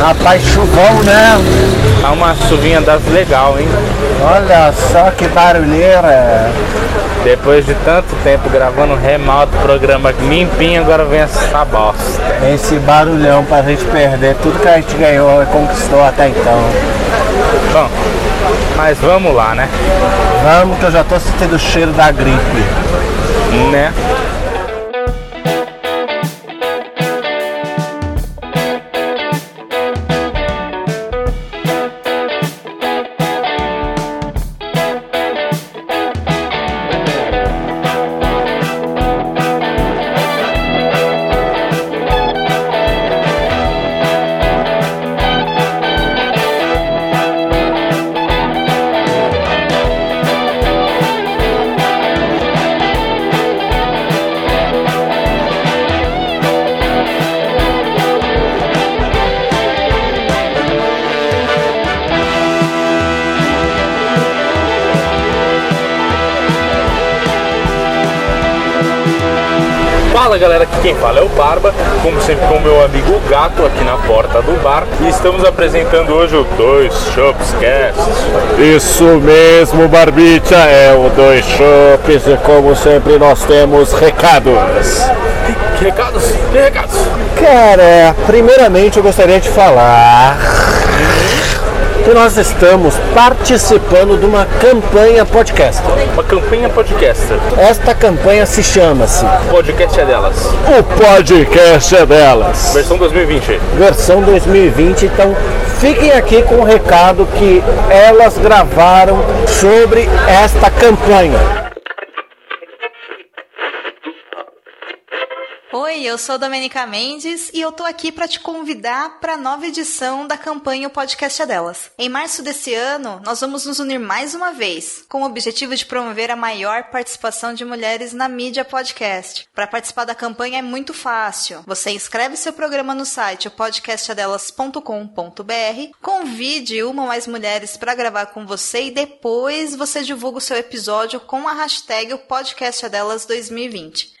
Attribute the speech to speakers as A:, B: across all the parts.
A: Rapaz, chuvão, né?
B: Tá uma chuvinha das legal, hein?
A: Olha só que barulheira.
B: Depois de tanto tempo gravando um remoto, programa limpinho, agora vem essa bosta.
A: Esse barulhão pra gente perder tudo que a gente ganhou e conquistou até então.
B: Bom, mas vamos lá, né?
A: Vamos que eu já tô sentindo o cheiro da gripe.
B: Né? Fala galera, aqui quem fala é o Barba, como sempre com meu amigo Gato aqui na porta do bar. E estamos apresentando hoje o Dois Shops Cast.
C: Isso mesmo, Barbicha, é o Dois Chopes e como sempre nós temos recados.
B: Que recados? Que recados?
A: é,
C: Cara, primeiramente eu gostaria de falar que nós estamos participando de uma campanha podcast.
B: Uma campanha podcast.
C: Esta campanha se chama-se
B: O podcast é delas.
C: O Podcast é Delas,
B: Versão 2020.
C: versão 2020. Então fiquem aqui com o recado que elas gravaram sobre esta campanha.
D: Oi, eu sou Domenica Mendes e eu tô aqui pra te convidar pra nova edição da campanha O Podcast é Delas. Em março desse ano, nós vamos nos unir mais uma vez, com o objetivo de promover a maior participação de mulheres na mídia podcast. Pra participar da campanha é muito fácil. Você inscreve seu programa no site é podcastadelas.com.br, convide uma ou mais mulheres pra gravar com você e depois você divulga o seu episódio com a hashtag O Podcast é Delas 2020.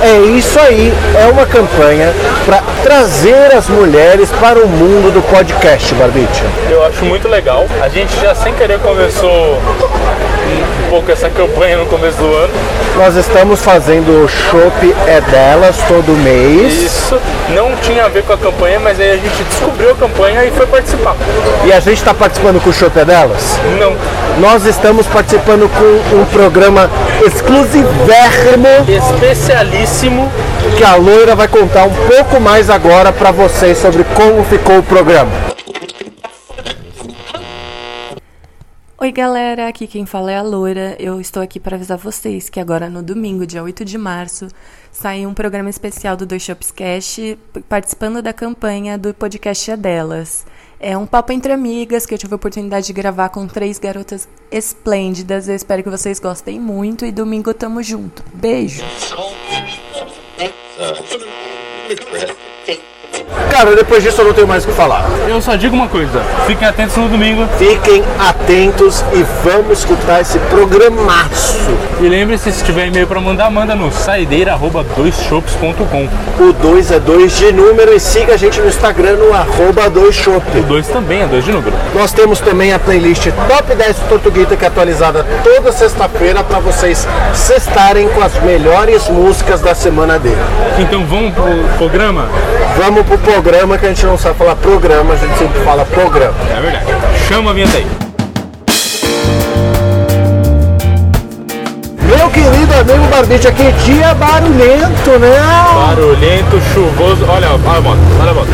C: É isso aí, é uma campanha para trazer as mulheres para o mundo do podcast, Barbicha.
B: Eu acho muito legal. A gente já sem querer começou um pouco essa campanha no começo do ano.
C: Nós estamos fazendo o Shop é Delas todo mês
B: Isso não tinha a ver com a campanha, mas aí a gente descobriu a campanha e foi participar.
C: e a gente está participando com o Shop é Delas.
B: Não.
C: Nós estamos participando com um programa exclusivérrimo
B: Especialíssimo.
C: que a Loira vai contar um pouco mais agora para vocês sobre como ficou o programa.
E: Oi galera, aqui quem fala é a Loura. Eu estou aqui para avisar vocês que agora no domingo, dia 8 de março, sai um programa especial do Dois Shops Cash participando da campanha do podcast É Delas. É um papo entre amigas que eu tive a oportunidade de gravar com três garotas esplêndidas. Eu espero que vocês gostem muito e domingo tamo junto. Beijo!
C: Cara, depois disso eu não tenho mais o que falar.
B: Eu só digo uma coisa: fiquem atentos no domingo
C: Fiquem atentos e vamos escutar esse programaço.
B: e lembre-se: se tiver e-mail para mandar, manda no saideira.doisshops.com.
C: O 2 é 2 de número e siga a gente no Instagram no arroba 2shop.
B: O 2 também é 2 de número.
C: Nós temos também a playlist Top 10 do Tortuguita que é atualizada toda sexta-feira para vocês cestarem com as melhores músicas da semana dele.
B: Então vamos pro programa?
C: Vamos pro programa que a gente não sabe falar programa, a gente sempre fala programa.
B: É verdade. Chama a vinheta aí.
C: Meu querido amigo Barbicha, que dia barulhento, né?
B: Barulhento, chuvoso. Olha, olha a moto, olha a moto.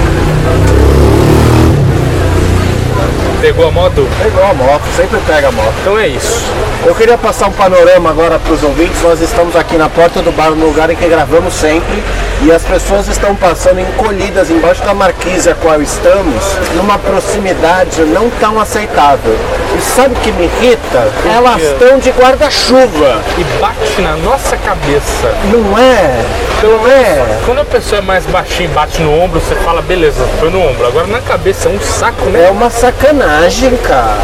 B: Pegou a moto?
C: Pegou a moto, sempre pega a moto.
B: Então é isso.
C: Eu queria passar um panorama agora para os ouvintes. Nós estamos aqui na porta do bar, no lugar em que gravamos sempre, e as pessoas estão passando encolhidas embaixo da marquise a qual estamos, numa proximidade não tão aceitável. E sabe o que me irrita? Elas estão de guarda-chuva,
B: E bate na nossa cabeça.
C: não é? Não é?
B: Quando a pessoa é mais baixinha e bate no ombro, você fala, beleza, foi no ombro. Agora na cabeça é um saco, né?
C: É uma sacanagem, cara.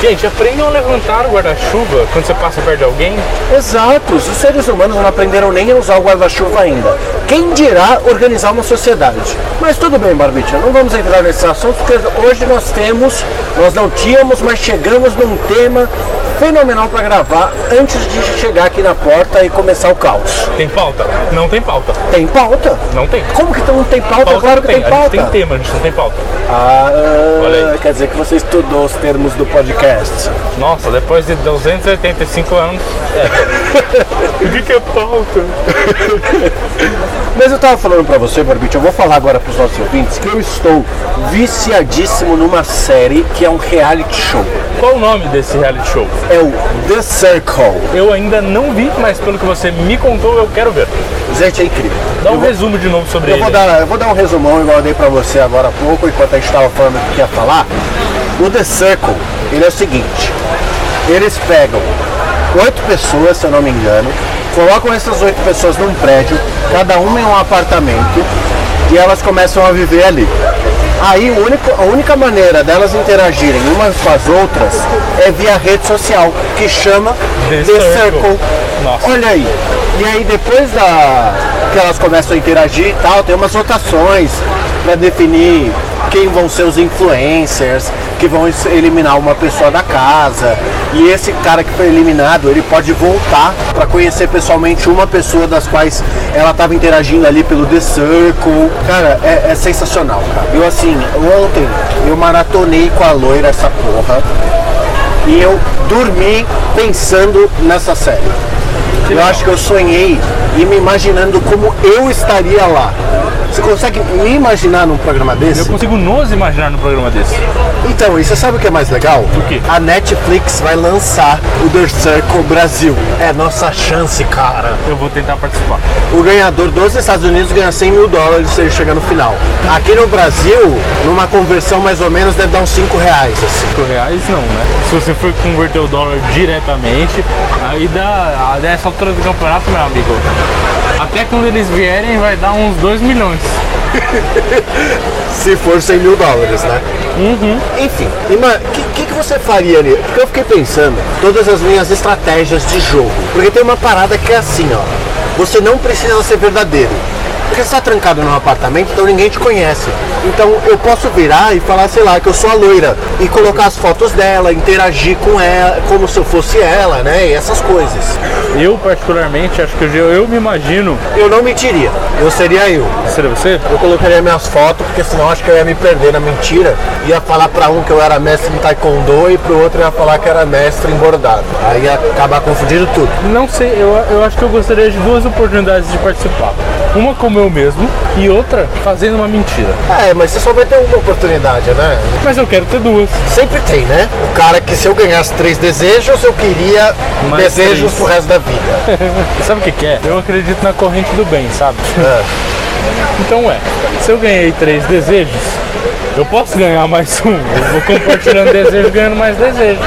B: Gente, aprendam a levantar o guarda-chuva quando você passa perto de alguém.
C: Exato, os seres humanos não aprenderam nem a usar o guarda-chuva ainda. Quem dirá organizar uma sociedade? Mas tudo bem, Barbicha, não vamos entrar nesse assunto, porque hoje nós temos, nós não tínhamos, mas chegamos num tema fenomenal para gravar antes de chegar aqui na porta e começar o caos.
B: Tem pauta? Não tem pauta.
C: Tem pauta?
B: Não tem.
C: Como que então não tem pauta?
B: Pauta
C: É claro
B: não
C: que tem,
B: A gente tem
C: pauta.
B: tema, a gente não tem pauta.
C: Ah,
B: Olha aí.
C: quer dizer que você estudou os termos do podcast.
B: Nossa, depois de 285 anos. É. o que, que é pauta?
C: Mas eu tava falando pra você, Barbite, eu vou falar agora pros nossos ouvintes que eu estou viciadíssimo numa série que é um reality show.
B: Qual o nome desse reality show?
C: É o The Circle.
B: Eu ainda não vi, mas pelo que você me contou, eu quero ver.
C: Gente, é incrível.
B: Dá um
C: eu, vou,
B: resumo de novo sobre
C: eu
B: ele.
C: vou dar, eu vou dar um resumão igual eu dei pra você agora há pouco, enquanto a gente tava falando o que ia falar. O The Circle, ele é o seguinte. Eles pegam oito pessoas, se eu não me engano, colocam essas oito pessoas num prédio, cada uma em um apartamento, e elas começam a viver ali. Aí o único- a única maneira delas interagirem umas com as outras é via rede social, que chama
B: The
C: The,
B: Circle.
C: Circle.
B: Nossa.
C: Olha aí. E aí depois da que elas começam a interagir e tal, tem umas votações para definir quem vão ser os influencers, que vão es- eliminar uma pessoa da casa. E esse cara que foi eliminado, ele pode voltar para conhecer pessoalmente uma pessoa das quais ela tava interagindo ali pelo The Circle. Cara, é, é sensacional, cara. Eu assim, ontem eu maratonei com a loira essa porra e eu dormi pensando nessa série. Eu acho que eu sonhei e me imaginando como eu estaria lá. Você consegue me imaginar num programa
B: Eu
C: desse?
B: consigo nos imaginar no programa desse.
C: Então, e você sabe o que é mais legal?
B: O quê?
C: A Netflix vai lançar o The Circle Brasil. É nossa chance, cara.
B: Eu vou tentar participar.
C: O ganhador dos Estados Unidos ganha 100 mil dólares se ele chegar no final. Aqui no Brasil, numa conversão mais ou menos, deve dar uns 5 reais, assim.
B: 5 reais não, né? Se você for converter o dólar diretamente, aí dá. Nessa altura do campeonato, meu amigo. Até quando eles vierem vai dar uns 2 milhões.
C: Se for 100 mil dólares, né? Enfim, Ima, o que, que, que você faria ali? Porque eu fiquei pensando todas as minhas estratégias de jogo. Porque tem uma parada que é assim, ó. Você não precisa ser verdadeiro. Porque você está trancado num apartamento, então ninguém te conhece. Então eu posso virar e falar, sei lá, que eu sou a loira. E colocar as fotos dela, interagir com ela, como se eu fosse ela, né? E essas coisas.
B: Eu particularmente acho que eu, eu me imagino.
C: Eu não mentiria. Eu seria eu.
B: Será você?
C: Eu colocaria minhas fotos, porque senão acho que eu ia me perder na mentira. Ia falar pra um que eu era mestre em taekwondo e pro outro eu ia falar que era mestre em bordado. Aí ia acabar confundindo tudo.
B: Não sei, eu, eu acho que eu gostaria de duas oportunidades de participar. Uma como eu mesmo e outra fazendo uma mentira.
C: É, mas você só vai ter uma oportunidade, né?
B: Mas eu quero ter duas.
C: Sempre tem, né? O cara que se eu ganhasse três desejos, eu queria
B: Mais
C: desejos
B: três.
C: pro resto da vida.
B: Sabe o que, que é? Eu acredito na corrente do bem, sabe?
C: É.
B: Então é, se eu ganhei três desejos, eu posso ganhar mais um. Eu vou compartilhando desejo, ganhando mais desejo.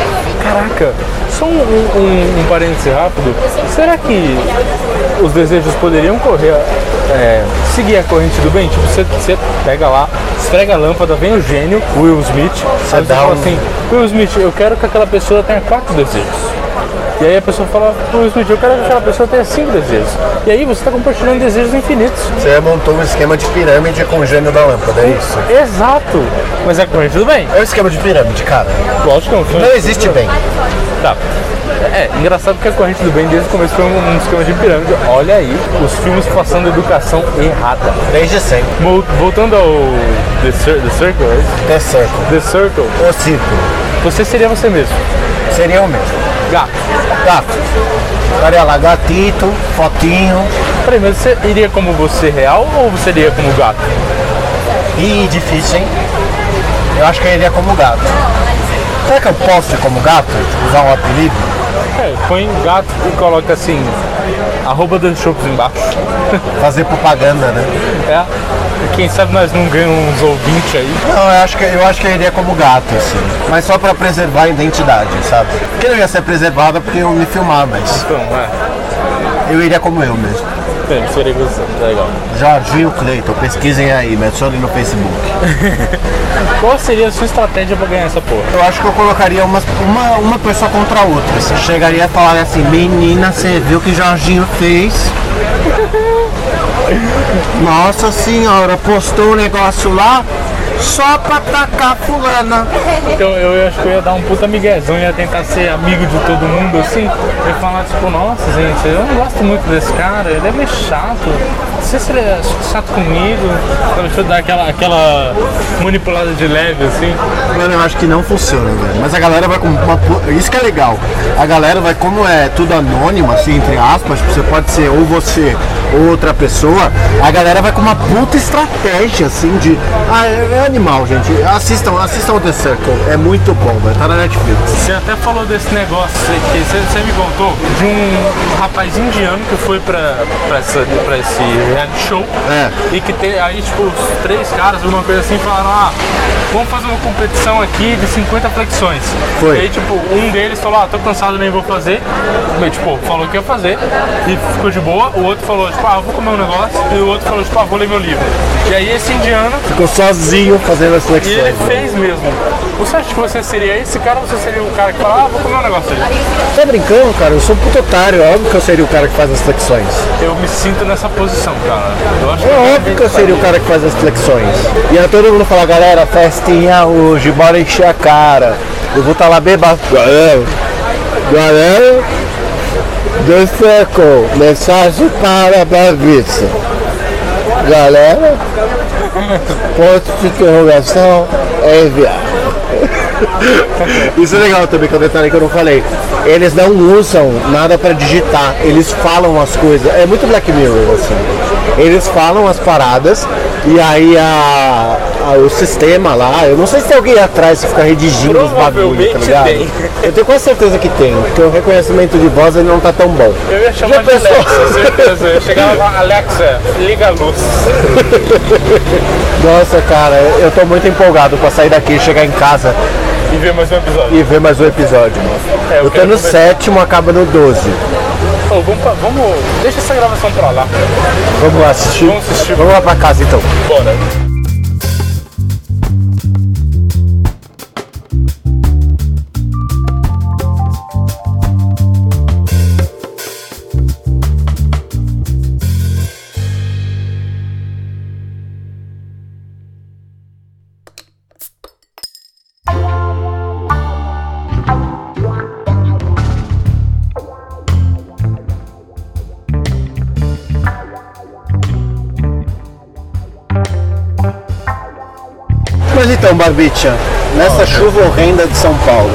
B: Caraca, só um, um, um- um parêntese rápido. Será que os desejos poderiam correr, é, seguir a corrente do bem? Tipo, você, você pega lá, esfrega a lâmpada, vem o gênio, Will Smith, aí você
C: dá
B: fala
C: um-
B: assim, Will Smith, eu quero que aquela pessoa tenha quatro desejos. E aí a pessoa fala, Will Smith, eu quero que aquela pessoa tenha cinco desejos. E aí você está compartilhando desejos infinitos.
C: Você montou um esquema de pirâmide com o gênio da lâmpada, é isso?
B: Exato! Mas é corrente do bem.
C: É um esquema de pirâmide, cara.
B: Lógico que é um filme.
C: Não existe bem.
B: Tá. É, engraçado que a corrente do bem desde o começo foi um, um esquema de pirâmide. Olha aí, os filmes passando educação errada.
C: Desde sempre.
B: Mo- Voltando ao The, Cir- The Circle, é isso?
C: É certo.
B: The Circle,
C: O círculo.
B: você seria você mesmo.
C: Seria o mesmo.
B: Gato.
C: Gato. Estaria Tá. é lá, gatito, fotinho.
B: Peraí, mas você iria como você real ou você iria como gato?
C: Ih, difícil, hein? Eu acho que ele é como gato. Será que eu posso ir como gato? Usar um apelido?
B: É, põe gato e coloca assim, arroba dois chopos embaixo.
C: Fazer propaganda, né?
B: É. Quem sabe nós não ganhamos uns ouvintes aí.
C: Não, eu acho que eu acho que eu iria como gato, assim. Mas só pra preservar a identidade, sabe? Que não ia ser preservada porque iam me filmar, mas
B: Então, é.
C: eu iria como eu mesmo.
B: Bem, seria gostoso, legal.
C: Jorginho Cleiton, pesquisem aí, me adicione no Facebook.
B: Qual seria a sua estratégia pra ganhar essa porra?
C: Eu acho que eu colocaria umas- uma, uma pessoa contra a outra. assim. Chegaria e falaria assim, menina, você viu o que Jorginho fez? Nossa senhora, postou um negócio lá só pra atacar fulana.
B: Então eu acho que eu ia dar um puta miguezão, ia tentar ser amigo de todo mundo assim, e falar tipo, nossa gente, eu não gosto muito desse cara, ele é meio chato, não sei se ele é chato comigo, então, deixa eu dar aquela, aquela manipulada de leve assim.
C: Mano, eu acho que não funciona, velho. Mas a galera vai com uma. pu- Isso que é legal. A galera vai, como é tudo anônimo, assim, entre aspas, você pode ser ou você ou outra pessoa, a galera vai com uma puta estratégia, assim, de. Ah, é, é animal, gente. Assistam, assistam The Circle. É muito bom, velho. Tá na Netflix.
B: Você até falou desse negócio que você, você me contou de um rapaz indiano que foi pra, pra, essa, pra esse reality show
C: É.
B: e que tem, aí tipo os três caras, alguma coisa assim, falaram, ah, vamos fazer uma competição aqui de 50 flexões.
C: Foi.
B: E aí tipo, um deles falou, ah, tô cansado, nem vou fazer. Mas, tipo, falou que ia fazer e ficou de boa. O outro falou, tipo, ah, vou comer um negócio. E o outro falou, tipo, ah, vou ler meu livro. E aí esse indiano
C: Ficou sozinho fazendo as
B: e
C: flexões.
B: ele
C: velho.
B: fez mesmo. Você acha que você seria esse cara ou você seria o cara que fala, ah, vou comer um negócio ali?
C: Tá brincando, cara? Eu sou um puto otário. É óbvio que eu seria o cara que faz as flexões.
B: Eu me sinto nessa posição, cara. Eu acho
C: É óbvio que eu seria o cara que faz as flexões. E aí todo mundo fala, galera, festinha hoje, bora encher a cara. Eu vou estar lá bebado. Galera, galera, do Circle, mensagem para a bagunça. Galera, ponto de interrogação é enviar. Isso é legal também, que é um detalhe que eu não falei. Eles não usam nada pra digitar, eles falam as coisas. É muito Black Mirror, assim. Eles falam as paradas e aí a, a- o sistema lá, eu não sei se tem alguém atrás que fica redigindo os bagulhos, tá
B: Provavelmente
C: ligado?
B: tem.
C: Eu tenho quase certeza que tem, porque o reconhecimento de voz ele não tá tão bom.
B: Eu ia chamar de
C: Já pensou?
B: Alexa, certeza. Eu chegava e falava, Alexa, liga a luz.
C: Nossa, cara, eu tô muito empolgado pra sair daqui, chegar em casa
B: E ver mais um episódio.
C: e ver mais um episódio, mano.
B: É, eu
C: Eu tô
B: quero
C: no
B: começar.
C: sétimo, acaba no 12.
B: Ô, vamos, pra- vamos. Deixa essa gravação pra lá.
C: Vamos lá assistir?
B: Vamos assistir.
C: Vamos lá pra casa então.
B: Bora.
C: Mas então, Barbicha, nessa chuva horrenda de São Paulo,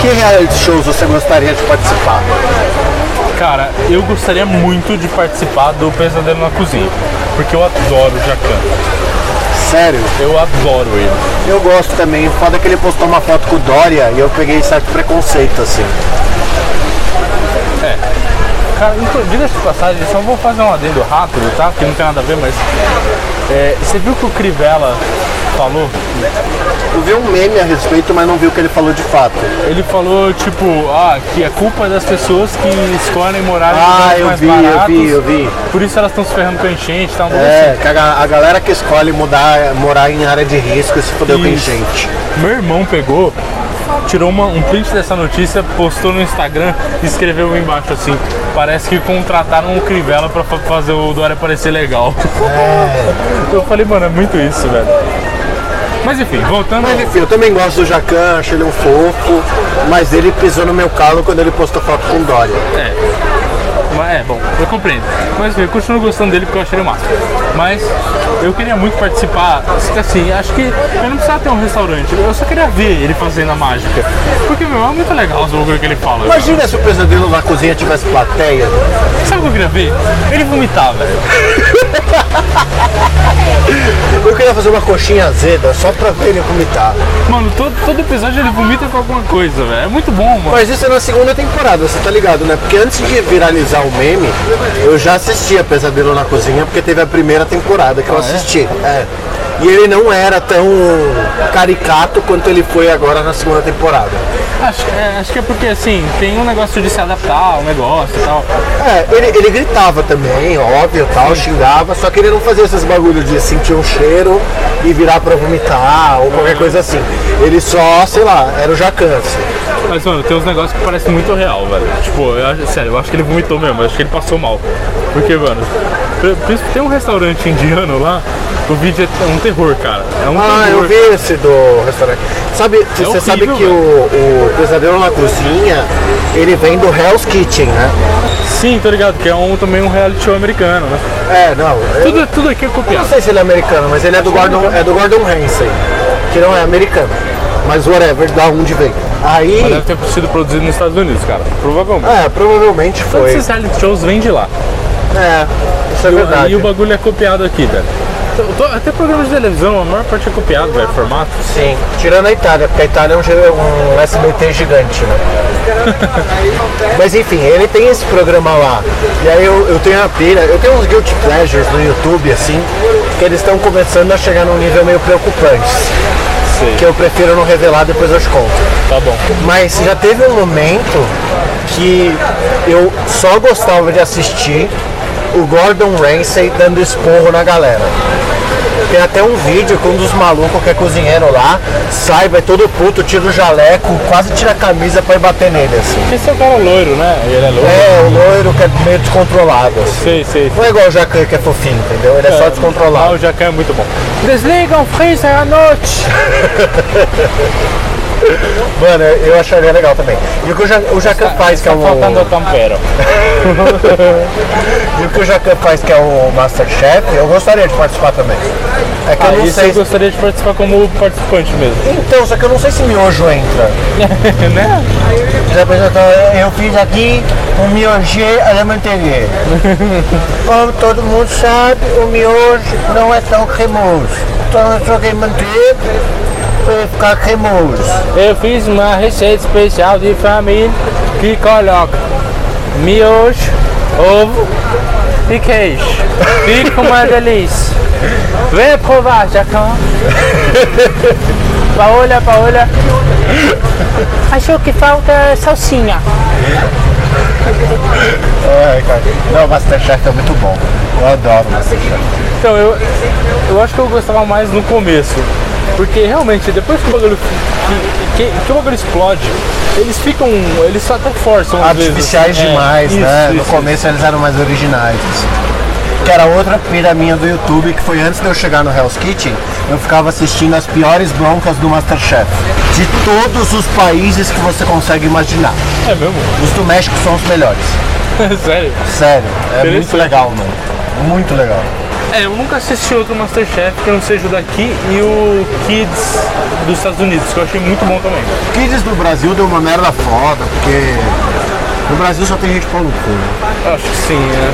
C: que reality shows você gostaria de participar?
B: Cara, eu gostaria muito de participar do Pesadelo na Cozinha. Porque eu adoro o Jacan.
C: Sério,
B: Eu adoro ele.
C: eu gosto também. O Foda é que ele postou uma foto com o Dória e eu peguei certo preconceito, assim.
B: Cara, inclusive essa passagem, só vou fazer um adendo rápido, tá? Que não tem nada a ver, mas. é, você viu que o Crivella falou?
C: Eu vi um meme a respeito, mas não vi o que ele falou de fato.
B: Ele falou, tipo, ah, que a culpa é das pessoas que escolhem morar em
C: Ah,
B: lugares
C: eu
B: mais
C: vi, eu
B: baratos.
C: vi, eu vi.
B: Por isso elas estão se ferrando com a enchente e tal. mas
C: É, que a, ga- a galera que escolhe mudar, morar em área de risco e se fodeu com
B: Isso.
C: enchente.
B: assim, Meu irmão pegou, tirou uma- um print dessa notícia, postou no Instagram e escreveu embaixo assim, parece que contrataram o Crivella pra fa- fazer o Dória parecer legal. Eu falei, mano, é muito isso, velho. Mas enfim, voltando...
C: Mas enfim, eu também gosto do Jacan, acho ele um fofo, mas ele pisou no meu calo quando ele postou foto com o Dória.
B: É. Mas, é, bom, eu compreendo. Mas enfim, eu continuo gostando dele porque eu achei ele massa. Mas eu queria muito participar. Assim, acho que eu não precisava ter um restaurante. Eu só queria ver ele fazendo a mágica. Porque, meu, é muito legal os bagulho que ele fala.
C: Imagina se o pesadelo na cozinha tivesse plateia.
B: Sabe o que eu queria ver? Ele vomitar, velho.
C: Eu queria fazer uma coxinha azeda só pra ver ele vomitar.
B: Mano, todo, todo episódio ele vomita com alguma coisa, velho. É muito bom, mano.
C: Mas isso é na segunda temporada, você tá ligado, né? Porque antes de viralizar o meme, eu já assistia Pesadelo na Cozinha, porque teve a primeira temporada que eu assisti. É. E ele não era tão caricato quanto ele foi agora na segunda temporada.
B: Acho, é, acho que é porque, assim, tem um negócio de se adaptar ao negócio e tal.
C: É, ele, ele gritava também, óbvio, tal, xingava, só que ele não fazia esses bagulhos de sentir um cheiro e virar pra vomitar ou
B: Uhum.
C: qualquer coisa assim. Ele só, sei lá, era o assim. Jacance.
B: Mas, mano, tem uns negócios que parecem muito real, velho. Tipo, eu acho- sério, eu acho que ele vomitou mesmo, eu acho que ele passou mal. Porque, mano, pri- pri- tem um restaurante indiano lá, o vídeo é t- é um terror, cara. É um
C: Ah,
B: terror.
C: eu vi esse do restaurante. Sabe, você
B: É horrível,
C: sabe que
B: velho.
C: o, o Pesadelo na Cozinha, ele vem do Hell's Kitchen, né?
B: Sim, tô ligado, que é um, também um reality show americano, né?
C: É, não. Eu
B: Tudo, tudo aqui é
C: não
B: copiado.
C: sei se ele é americano, mas ele é do Gordon, é do Gordon Ramsay, que não é americano. Mas whatever, da onde vem. Aí,
B: Deve ter sido produzido nos Estados Unidos, cara. Provavelmente.
C: é, provavelmente
B: Todos
C: foi.
B: esses reality shows vêm de lá.
C: É, isso é verdade.
B: E o bagulho é copiado aqui, velho. Tô- tô- Até programa de televisão, a maior parte é copiado, velho, formato.
C: Sim, tirando a Itália, porque a Itália é um, gê- um SBT gigante, né? Mas enfim, ele tem esse programa lá. E aí eu, eu tenho a pira, eu tenho uns guilty pleasures no YouTube, assim, que eles estão começando a chegar num nível meio preocupante.
B: Sei.
C: Que eu prefiro não revelar, depois eu te conto.
B: Tá bom.
C: Mas já teve um momento que eu só gostava de assistir o Gordon Ramsay dando esporro na galera. Tem até um vídeo que um dos malucos que é cozinheiro lá sai, vai todo puto, tira o jaleco, quase tira a camisa pra ir bater nele, assim.
B: Esse é o cara loiro, né? Ele é loiro.
C: É, o loiro que é meio descontrolado. assim.
B: Sei, sei.
C: Não é igual o Jacan que é fofinho, entendeu? Ele é só
B: Ah,
C: descontrolado.
B: o Jacan é muito bom. Desligam o freezer à noite.
C: Mano, eu acharia legal também. E o que o Ja- o Jacan faz, que é
B: Tá faltando
C: um...
B: o tampero.
C: E o que o Jacan faz, que é o Masterchef, eu gostaria de participar também. É que
B: Ah,
C: eu não
B: isso
C: sei.
B: eu gostaria de participar como participante mesmo.
C: Então, só que eu não sei se miojo entra.
B: né?
C: Já pensou, então, eu fiz aqui um miojê alimenterier. Como todo mundo sabe, o miojo não é tão cremoso. Então, eu joguei manteiga para ficar cremoso.
B: Eu fiz uma receita especial de família que coloca miojo, ovo e queijo. Fica uma delícia. Vem provar, Jacan. Paola, Paola. Acho que falta salsinha.
C: Ai, cara. Não, o Masterchef é muito bom. Eu adoro Masterchef.
B: Então, eu, eu acho que eu gostava mais no começo. Porque realmente, depois que o bagulho, que, que- que o bagulho explode, eles ficam. Eles só até forçam. às vezes,
C: artificiais
B: assim. É,
C: demais,
B: isso,
C: né? no
B: isso,
C: começo eles eram mais originais. assim. Que era outra pira minha do YouTube, que foi antes de eu chegar no Hell's Kitchen, eu ficava assistindo as piores broncas do Masterchef. De todos os países que você consegue imaginar.
B: isso. É mesmo?
C: Os do México são os melhores.
B: Sério.
C: Sério, é muito
B: Interessante.
C: legal, mano. Muito legal.
B: É, eu nunca assisti outro Masterchef que não seja o daqui e o Kids dos Estados Unidos, que eu achei muito bom também.
C: Kids do Brasil deu uma merda foda, porque no Brasil só tem gente pau no cu.
B: Eu acho que sim, né?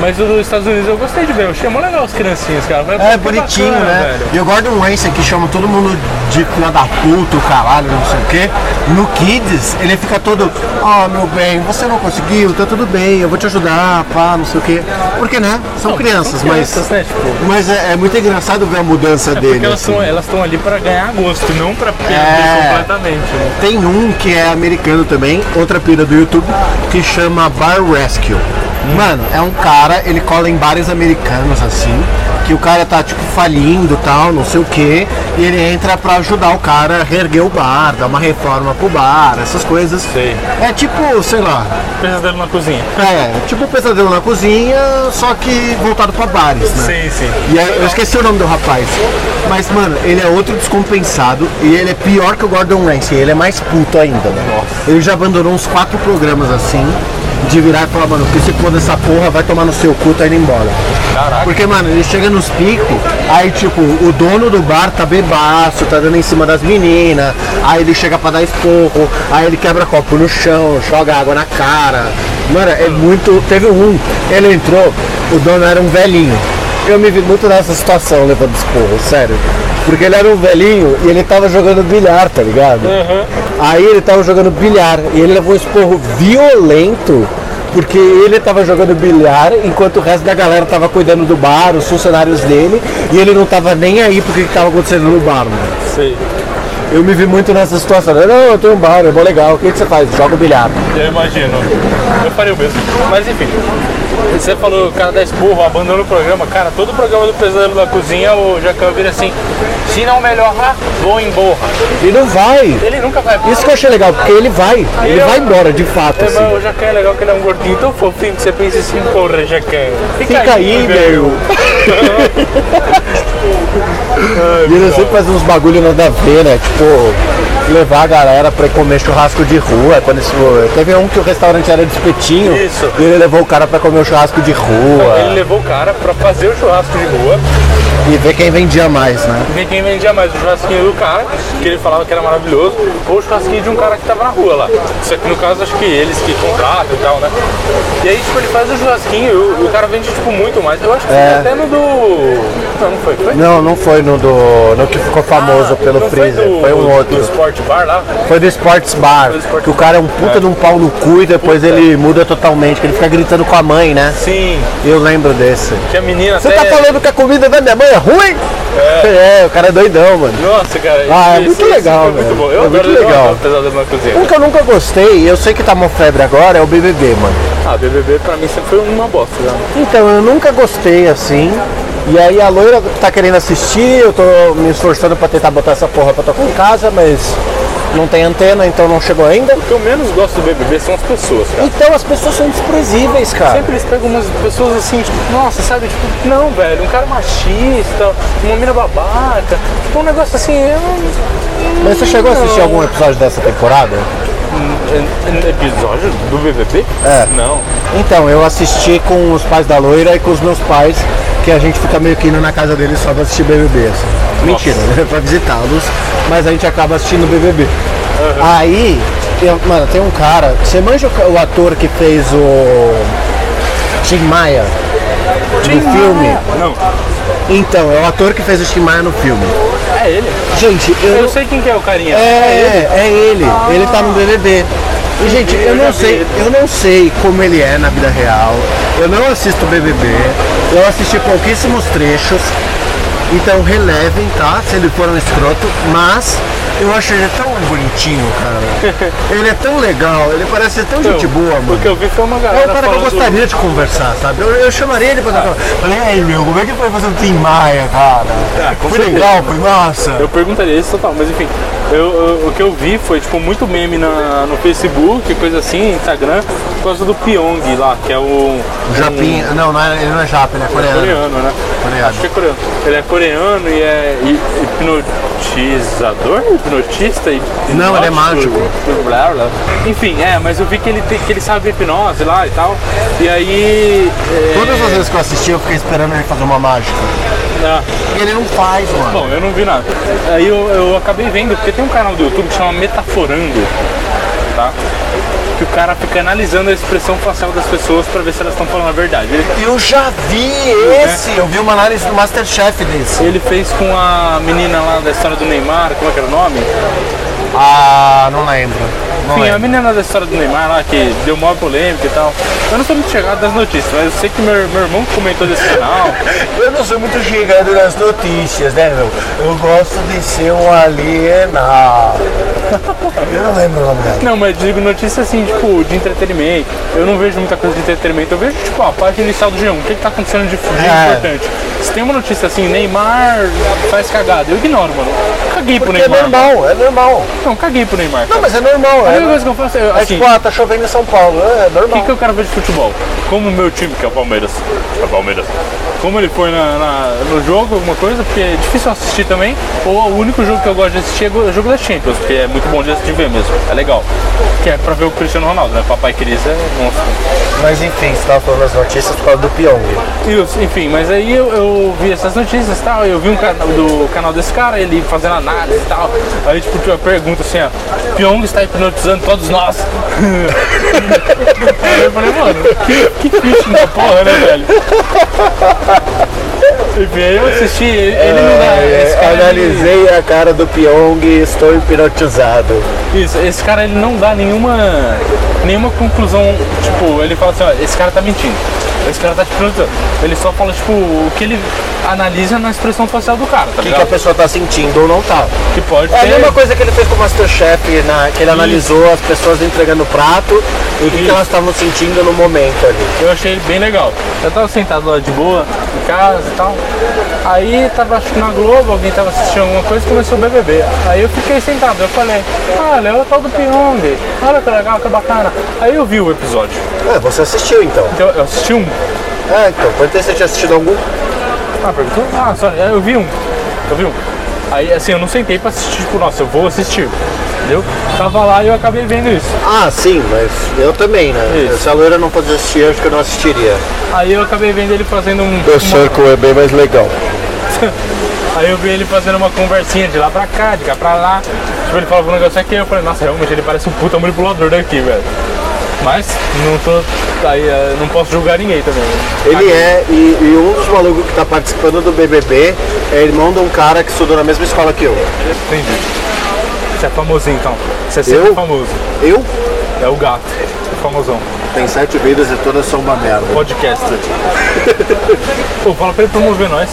B: Mas o dos Estados Unidos eu gostei de ver, eu achei mó legal as criancinhas, cara. Vai-
C: É
B: que
C: bonitinho,
B: bacana,
C: né?
B: velho.
C: E o Gordon Ramsay que chama todo mundo de filha da puta, o caralho, não sei o quê. No Kids, ele fica todo, ó meu bem, você não conseguiu, tá tudo bem, eu vou te ajudar, pá, não sei o quê. Porque, né? São crianças,
B: crianças,
C: mas.
B: né? Tipo,
C: Mas é, é muito engraçado ver a mudança
B: porque
C: dele.
B: elas
C: assim.
B: estão elas tão ali pra ganhar gosto, não pra perder
C: É.
B: completamente. Né?
C: Tem um que é americano também, outra pira do YouTube, que chama Bar Rescue. Mano, é um cara, ele cola em bares americanos assim, que o cara tá tipo falindo tal, não sei o que, e ele entra pra ajudar o cara a reerguer o bar, dar uma reforma pro bar, essas coisas.
B: Sei.
C: É tipo, sei lá,
B: Pesadelo na cozinha.
C: é tipo o pesadelo na cozinha, só que voltado pra bares, né?
B: Sim, sim.
C: E aí, eu esqueci o nome do rapaz. Mas, mano, ele é outro descompensado e ele é pior que o Gordon Ramsay. Ele é mais puto ainda, né? Ele já abandonou uns quatro programas assim, de virar e falar, mano, que se for dessa porra, vai tomar no seu cu, tá indo embora.
B: Caraca.
C: Porque, mano, ele chega nos picos, aí, tipo, o dono do bar tá bebaço, tá dando em cima das meninas, aí ele chega pra dar esporro, aí ele quebra copo no chão, joga água na cara. Mano, é muito. Teve um, ele entrou, o dono era um velhinho. eu me vi muito nessa situação levando esse porro, sério. Porque ele era um velhinho e ele tava jogando bilhar, tá ligado? Aí ele tava jogando bilhar e ele levou um esporro violento. Porque ele tava jogando bilhar enquanto o resto da galera tava cuidando do bar, os funcionários dele, e ele não tava nem aí porque que tava acontecendo no bar, mano.
B: Sei.
C: Eu me vi muito nessa situação. Eu, não, eu tenho um bar, é bom legal. O que, que você faz? Joga o bilhar.
B: Eu imagino. Eu faria o mesmo. Mas enfim. Você falou, o cara da esporro, abandona o programa. Cara, todo o programa do Pesadelo da Cozinha, o Jacan vira assim, se não melhorar, vou embora.
C: E não vai.
B: Ele nunca vai...
C: Isso que eu achei legal, porque ele vai, ele
B: eu-
C: vai embora, de fato.
B: É,
C: assim.
B: mas o Jacan é legal que ele é um gordinho tão fofinho que você pensa assim, porra, Jacan.
C: Fica aí, meu. E ele sempre faz uns bagulho nada a ver, né? Tipo, levar a galera pra ir comer churrasco de rua. É Quando esse... Teve um que o restaurante era de espetinho.
B: Isso.
C: E ele levou o cara pra comer o churrasco de
B: Ele
C: rua.
B: levou o cara pra fazer o churrasco de rua,
C: E ver quem vendia mais, né?
B: ver quem vendia mais o churrasquinho do cara, que ele falava que era maravilhoso, ou o churrasquinho de um cara que tava na rua lá. Só que no caso, acho que eles que contratam e tal, né? E aí, tipo, ele faz o churrasquinho e o, o cara vende, tipo, muito mais. Eu acho que
C: É.
B: foi até no do... Não, não foi. Foi?
C: Não, não foi no do. no que ficou famoso pelo
B: Ah, não
C: freezer,
B: foi, do,
C: foi, um outro.
B: Do Sport Bar lá.
C: Foi do Sports Bar.
B: do Sports
C: que o cara é um puta de um pau no cu e depois ele muda totalmente, que ele fica gritando com a mãe, né?
B: Sim,
C: Eu lembro desse.
B: que a menina
C: Você tá
B: até...
C: falando que a comida da minha mãe é ruim? É, o cara é doidão, mano.
B: Nossa, cara.
C: Ah, é
B: isso-
C: muito
B: isso
C: legal,
B: foi muito
C: velho.
B: bom. Eu
C: É
B: adoro
C: muito legal.
B: Eu adoro Pesadelo na Cozinha.
C: Um que eu nunca gostei, e eu sei que tá uma febre agora, é o BBB, mano.
B: Ah, BBB pra mim sempre foi uma bosta, né?
C: Então, eu nunca gostei assim. E aí a loira tá querendo assistir, eu tô me esforçando pra tentar botar essa porra pra tocar em casa, mas não tem antena, então não chegou ainda.
B: O que eu menos gosto do BBB são as pessoas, cara.
C: Então as pessoas são desprezíveis, cara.
B: Sempre eles pegam umas pessoas assim, tipo, nossa, sabe? Tipo, não, velho, um cara machista, uma mina babaca, tipo, um negócio assim. Eu...
C: Mas você chegou a assistir algum episódio dessa temporada?
B: Hum, é, Episódio do BBB?
C: É.
B: Não.
C: Então, eu assisti com os pais da loira e com os meus pais, que a gente fica meio que indo na casa deles só pra assistir BBB. assim. Mentira, né? pra visitá-los, mas a gente acaba assistindo BBB. Aí, eu- mano, tem um cara, você manja o, ca- o ator que fez o Tim Maia no filme?
B: Não.
C: Então, é o ator que fez o Tim Maia no filme.
B: É ele.
C: Gente, eu,
B: Eu
C: não-
B: sei quem que é Ah. o carinha.
C: é, é ele. Ele tá no BBB. E, gente,
B: vi, eu
C: eu
B: já
C: não
B: vi
C: sei,
B: ele.
C: eu não sei como ele é na vida real. Eu não assisto BBB. Eu assisti pouquíssimos trechos. Então relevem, tá? Se ele for um escroto, mas eu acho ele tão bonitinho, cara. Ele é tão legal, ele parece ser tão
B: Então,
C: gente boa,
B: O
C: mano.
B: que eu vi foi uma
C: É
B: galera.
C: um cara que eu
B: falando-
C: gostaria de conversar, sabe? Eu, eu chamaria ele pra conversar. Falei, ai meu, como é que foi fazer o Tim Maia, cara?
B: Ah, com
C: foi
B: certeza.
C: legal, foi massa.
B: Eu perguntaria isso total, mas enfim, eu- eu- o que eu vi foi tipo muito meme na, no Facebook, coisa assim, Instagram, por causa do Pyong lá, que é o.
C: Japinha, não, não é- ele não é japa, ele é coreano.
B: coreano, né?
C: Coreano.
B: Acho que é coreano. Ele é coreano e é hi- hipnotizador? Hipnotista? Hip-
C: Não, ele é
B: hipnótico?
C: mágico.
B: Blá, blá. Enfim, é, mas eu vi que ele, tem- que ele sabe hipnose lá e tal. E aí. é,
C: Todas as vezes que eu assisti, eu fiquei esperando ele fazer uma mágica.
B: ah,
C: E ele não faz, mano.
B: Bom, eu não vi nada. Aí eu, eu acabei vendo, porque tem um canal do YouTube que chama Metaforando, tá? Que o cara fica analisando a expressão facial das pessoas pra ver se elas estão falando a verdade. Ele,
C: Eu já vi esse! Eu vi uma análise do Masterchef desse.
B: ele fez com a menina lá da história do Neymar, como é que era o nome?
C: Ah, não lembro. Não
B: Enfim, a
C: lembro.
B: menina da história do Neymar lá, que deu maior polêmica e tal. Eu não sou muito chegado das notícias, mas eu sei que meu, meu irmão comentou desse canal.
C: Eu não sou muito chegado nas notícias, né, meu? Eu gosto de ser um alienado. Eu não lembro o nome dela.
B: Não, mas digo notícia assim, tipo, de entretenimento. Eu não vejo muita coisa de entretenimento. Eu vejo, tipo, a página inicial do G1. O que, que tá acontecendo de, de
C: É.
B: importante? Se tem uma notícia assim, Neymar faz cagada, eu ignoro, mano. Caguei pro
C: Porque é
B: Neymar.
C: normal, é normal.
B: Não, caguei pro Neymar.
C: Não, mas é normal.
B: A única
C: É,
B: coisa que eu faço é,
C: é
B: assim,
C: tipo, ah, tá chovendo em São Paulo. É, é
B: o que,
C: normal.
B: que eu quero ver de futebol? Como o meu time, que é o Palmeiras. É o Palmeiras. Como ele foi na- na- no jogo, alguma coisa, porque é difícil assistir também. Ou o único jogo que eu gosto de assistir é go- o jogo da Champions, que é muito bom de assistir ver mesmo. É legal. Que é pra ver o Cristiano Ronaldo, né? Papai Cris é monstro.
C: Mas enfim, você tava falando as notícias por causa do Pyong.
B: Isso, enfim, mas aí eu, eu vi essas notícias e tal, eu vi um canal do canal desse cara, ele fazendo análise e tal. Aí tipo, tinha uma pergunta assim, ó, Pyong está hipnotizando todos nós. aí eu falei, mano, que, que fish da porra, né, velho? Enfim, aí eu assisti, ele ele me dá. esse cara,
C: né?
B: ele-
C: É, analisei a cara do Pyong e estou hipnotizado.
B: Isso, esse cara ele não dá nenhuma nenhuma conclusão, tipo, ele fala assim, ó, esse cara tá mentindo. Esse cara tá te perguntando. Ele só fala, tipo, o que ele analisa na expressão facial do cara, tá
C: O que, que a
B: ligado?
C: pessoa tá sentindo ou não tá.
B: Que pode
C: É a
B: ter-
C: mesma coisa que ele fez com o Masterchef, na, que ele analisou as pessoas entregando o prato e o que, que
B: Isso.
C: elas estavam sentindo no momento ali.
B: Eu achei ele bem legal. Eu tava sentado lá de boa, em casa e tal. Aí tava acho que na Globo, alguém tava assistindo alguma coisa e começou o BBB. Aí eu fiquei sentado, eu falei, olha, é o tal do Pyong, olha que legal, que bacana. Aí eu vi o episódio.
C: Ah, você assistiu então.
B: Então eu assisti um.
C: Ah, então, pode ter que você tinha assistido algum.
B: Ah, perguntou? Ah, só, é, eu vi um. Eu vi um. Aí assim, eu não sentei pra assistir, tipo, nossa, eu vou assistir. Entendeu? Tava lá e eu acabei vendo isso.
C: Ah, sim, mas eu também, né?
B: Isso.
C: Se a loira não fosse assistir, eu acho que eu não assistiria.
B: Aí eu acabei vendo ele fazendo um. uma-
C: é bem mais legal.
B: Aí eu vi ele fazendo uma conversinha de lá pra cá, de cá pra lá. Tipo, ele falava um negócio aqui, eu falei, nossa, realmente ele parece um puta manipulador daqui, velho. Mas não tô. Aí eh, não posso julgar ninguém também. né?
C: Ele é, e, e um dos malucos que tá participando do BBB é irmão de um cara que estudou na mesma escola que eu.
B: Ah, Entendi. Você é famosinho então. Você é sempre
C: Eu?
B: famoso.
C: Eu
B: É o gato. Famosão.
C: tenho sete vidas e todas são uma merda.
B: Podcaster. Pô, fala pra ele promover nós.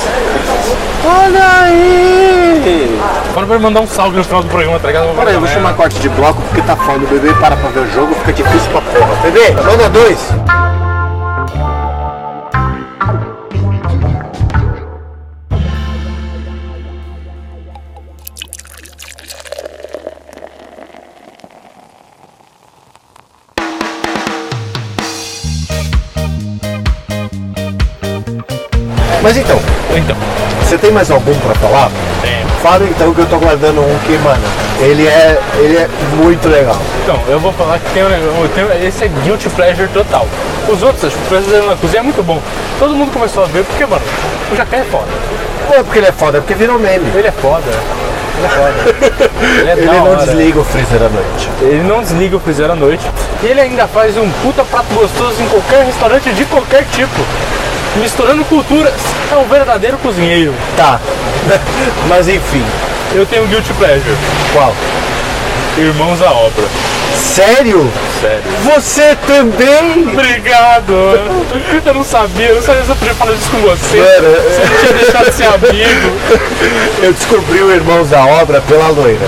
C: Olha aí!
B: Fala pra ele mandar um salve no final do programa, tá ligado?
C: Peraí, eu vou chamar corte de bloco porque tá foda. O bebê para pra ver o jogo, fica difícil pra porra. Bebê, manda dois! Mas então,
B: Então,
C: você tem mais algum pra falar?
B: é,
C: Fala então que eu tô guardando um que, mano, ele é, ele é muito legal.
B: Então, eu vou falar que tem, um negócio- tem- esse é guilty pleasure total. Os outros, as pessoas na cozinha é muito bom. Todo mundo começou a ver porque, mano, o jacaré é foda.
C: Não é porque ele é foda, é porque virou meme.
B: Ele é foda. Ele é foda. Ele é
C: Ele
B: da
C: não
B: hora.
C: desliga o freezer à noite.
B: Ele não desliga o freezer à noite. E ele ainda faz um puta prato gostoso em qualquer restaurante de qualquer tipo. Misturando culturas. É um verdadeiro cozinheiro.
C: Tá. Mas enfim,
B: Eu tenho guilty pleasure.
C: qual?
B: Irmãos à obra.
C: Sério?
B: Sério.
C: Você também?
B: Obrigado! Eu não sabia, eu não sabia se eu podia falar isso com você.
C: Cara,
B: Eu tinha deixado de ser amigo.
C: eu descobri o Irmãos da Obra pela loira.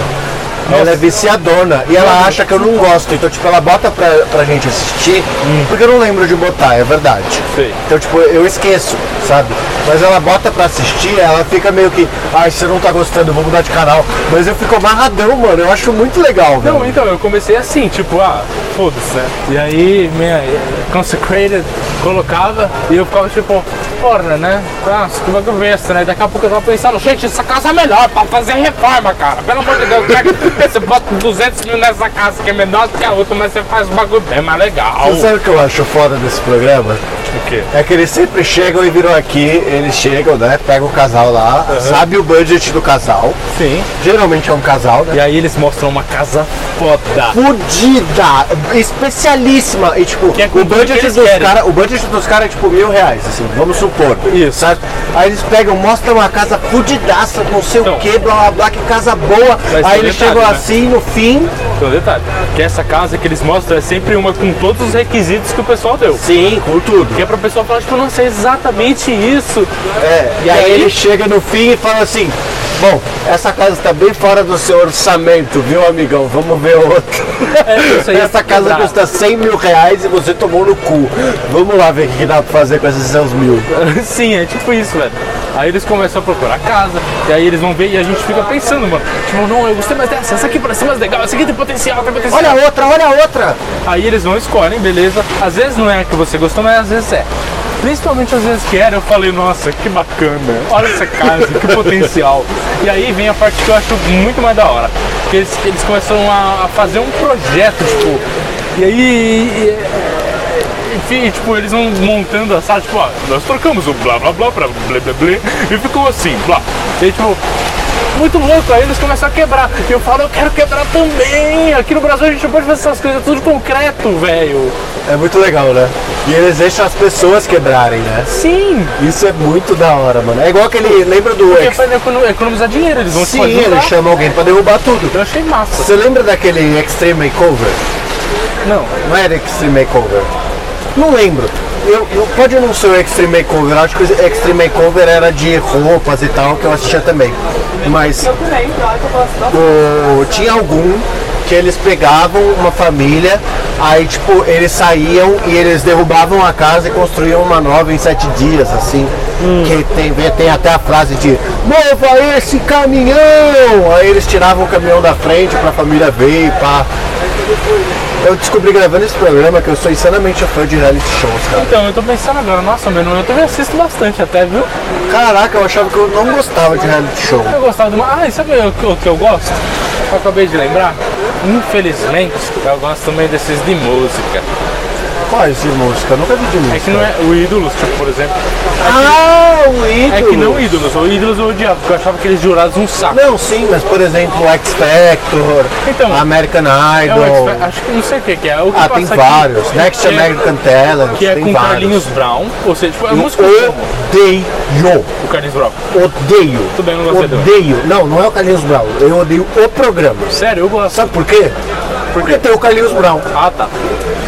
C: Ela é viciadona e ela acha que eu não gosto. Então, tipo, ela bota pra, pra gente assistir, porque eu não lembro de botar, é verdade.
B: Hum. Sei.
C: Então, tipo, eu esqueço, sabe? Mas ela bota pra assistir, ela fica meio que, ai, você não tá gostando, vou mudar de canal. Mas eu fico amarradão, mano. Eu acho muito legal, velho.
B: Não, então, eu comecei assim, tipo, ah, foda-se, né? E aí, minha eh, Consecrated colocava e eu ficava tipo, porra, né? Nossa, que bagulho besta, né? Daqui a pouco eu tava pensando, gente, essa casa é melhor pra fazer reforma, cara. Pelo amor de Deus, pega, você bota 200 mil nessa casa que é menor do que a outra, mas você faz um bagulho bem mais legal.
C: Você sabe o que eu acho foda desse programa?
B: O quê?
C: É que eles sempre chegam e viram aqui, eles chegam, né? Pegam o casal lá, sabe o budget do casal.
B: Sim.
C: Geralmente é um casal, né?
B: E aí eles mostram uma casa foda.
C: fudida, especialíssima. E tipo,
B: Que é com
C: o,
B: tudo que
C: budget
B: eles
C: dos
B: querem.
C: cara, o budget dos caras é tipo mil reais, assim, vamos supor.
B: Isso.
C: Certo? Aí eles pegam, mostram uma casa fudidaça, não sei
B: Então.
C: o que, blá blá blá, que casa boa.
B: Mas tem
C: Aí eles
B: detalhe,
C: chegam
B: né?
C: assim no fim.
B: Tem um detalhe, que essa casa que eles mostram é sempre uma com todos os requisitos que o pessoal deu.
C: Sim, com tudo.
B: Que é pra pessoa falar, tipo, não sei exatamente isso.
C: É, e aí,
B: E aí?
C: ele chega no fim e fala assim, bom, essa casa está bem fora do seu orçamento, viu amigão? Vamos ver outra.
B: isso aí é
C: essa casa
B: quebrado.
C: custa 100 mil reais e você tomou no cu. Vamos lá ver o que que dá pra fazer com esses seus mil.
B: Sim, é tipo isso, velho. Aí eles começam a procurar casa, e aí eles vão ver e a gente fica pensando, mano. Tipo, não, eu gostei mais dessa, essa aqui parece mais legal, essa aqui tem potencial, tem potencial.
C: Olha a outra, olha a outra!
B: Aí eles vão e escolhem, beleza. Às vezes não é a que você gostou, mas às vezes é. Principalmente às vezes que era, eu falei, nossa, que bacana, olha essa casa, que potencial. E aí vem a parte que eu acho muito mais da hora. Que eles, eles começam a, a fazer um projeto, tipo. E aí. e- enfim, tipo, eles vão montando a sala, tipo, ó, nós trocamos o blá blá blá pra blé blé blé e ficou assim, blá. E aí, tipo, muito louco. Aí eles começam a quebrar. E eu falo, eu quero quebrar também. Aqui no Brasil a gente não pode fazer essas coisas é tudo de concreto, velho.
C: É muito legal, né? E eles deixam as pessoas quebrarem, né?
B: Sim.
C: Isso é muito da hora, mano. É igual aquele. Lembra do.
B: Porque é
C: Ex...
B: pra econo- economizar dinheiro, eles vão te
C: Sim,
B: fazer
C: ele chama alguém pra derrubar tudo.
B: Eu achei massa.
C: Você lembra daquele Extreme Makeover?
B: Não.
C: Não era Extreme Makeover? Não lembro. Eu, eu- pode não ser o Extreme Makeover, eu acho que o Extreme Makeover era de roupas e tal, que eu assistia também. Mas o- Tipo, tinha algum que eles pegavam uma família, aí tipo, eles saíam e eles derrubavam a casa e construíam uma nova em sete dias, assim.
B: Hum.
C: Que tem, tem até a frase de mova esse caminhão! Aí eles tiravam o caminhão da frente pra família ver e pá. Eu descobri gravando esse programa que eu sou insanamente fã de reality shows, cara.
B: Então, eu tô pensando agora, nossa, meu, eu também assisto bastante até, viu?
C: Caraca, eu achava que eu não gostava de reality show.
B: Eu gostava de uma. Ah, e sabe o que, o que eu gosto? Eu acabei de lembrar. Infelizmente, eu gosto também desses de música.
C: Quais de música? Eu nunca vi de música.
B: É que não é o ídolos, tipo, por exemplo.
C: Ah, o ídolo!
B: É que não ídolos, o ídolos eu odiava, porque eu achava aqueles jurados um saco.
C: Não, sim, mas por exemplo, o X Factor,
B: Então,
C: American
B: É o
C: Idol.
B: X- acho que não sei o que, que é. O que
C: ah,
B: passa
C: tem
B: aqui-
C: vários. Next
B: que é-
C: American Talent,
B: Que é
C: tem
B: com
C: vários.
B: Carlinhos Brown, ou seja, tipo, é
C: Eu
B: música
C: odeio,
B: o Carlinhos Brown.
C: odeio.
B: Tudo bem, eu não gostei dele.
C: Odeio. Não, não é o Carlinhos Brown. Eu odeio o programa.
B: Sério, eu gosto.
C: Sabe por quê? Porque tem o Carlinhos Brown.
B: Ah, tá.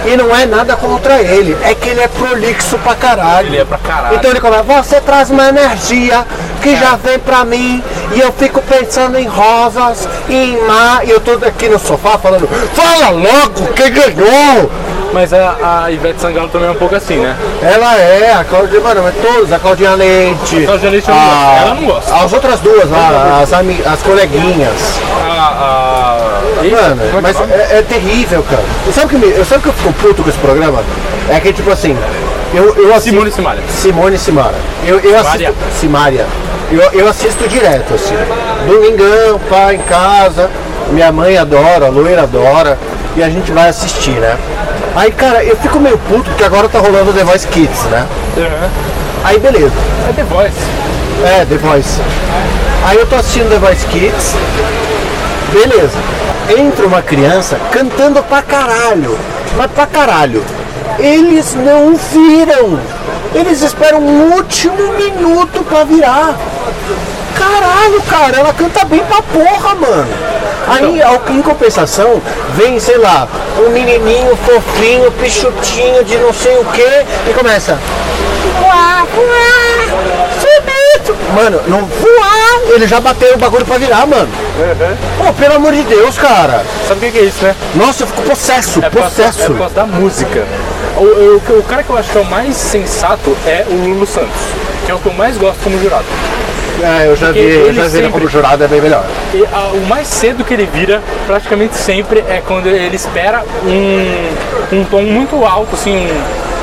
C: E não é nada contra ele, é que ele é prolixo pra caralho.
B: Ele é pra caralho.
C: Então ele começa, você traz uma energia que já vem pra mim e eu fico pensando em rosas e em mar. E eu tô aqui no sofá falando, fala logo quem ganhou!
B: Mas a, a Ivete Sangalo também é um pouco assim, né?
C: Ela é, a Claudia, mano, mas todos, a Claudinha Leite.
B: A Claudinha Leite eu não
C: a-
B: gosto. Ela não gosta.
C: As outras duas lá, as, ami- as coleguinhas.
B: A. a... Eita,
C: Mano,
B: como é que
C: mas
B: fala?
C: é, é terrível, cara. E sabe o que me, eu sabe o que eu fico puto com esse programa? É que tipo assim, eu, eu assisto.
B: Simone e Simaria.
C: Simone e Simara. Eu, eu assisto. Simaria.
B: Simaria.
C: Eu, eu assisto direto, assim. Domingão, pá, em casa. Minha mãe adora, a loira adora. E a gente vai assistir, né? Aí, cara, eu fico meio puto porque agora tá rolando The Voice Kids, né?
B: Uhum.
C: Aí beleza.
B: É The Voice.
C: É, The Voice. Aí eu tô assistindo The Voice Kids. Beleza. Entra uma criança cantando pra caralho. Mas pra caralho. Eles não viram. Eles esperam o último minuto pra virar. Caralho, cara, ela canta bem pra porra, mano. Aí, ao- em compensação, vem, sei lá, um menininho fofinho, pichutinho de não sei o que, e começa. Voar, voar, subito. Mano, não voar, ele já bateu o bagulho pra virar, mano.
B: Uhum.
C: Pô, pelo amor de Deus, cara.
B: Sabe o que que é isso, né?
C: Nossa, eu fico possesso,
B: É por causa- é
C: possesso.
B: por causa da música. O, o- o cara que eu acho que é o mais sensato é o Lulu Santos, que é o que eu mais gosto como jurado.
C: É, eu já vi,
B: Porque
C: eu já
B: ele
C: vi ele
B: sempre-
C: como jurado, é bem melhor.
B: E a- o mais cedo que ele vira, praticamente sempre, é quando ele espera um, um tom muito alto, assim,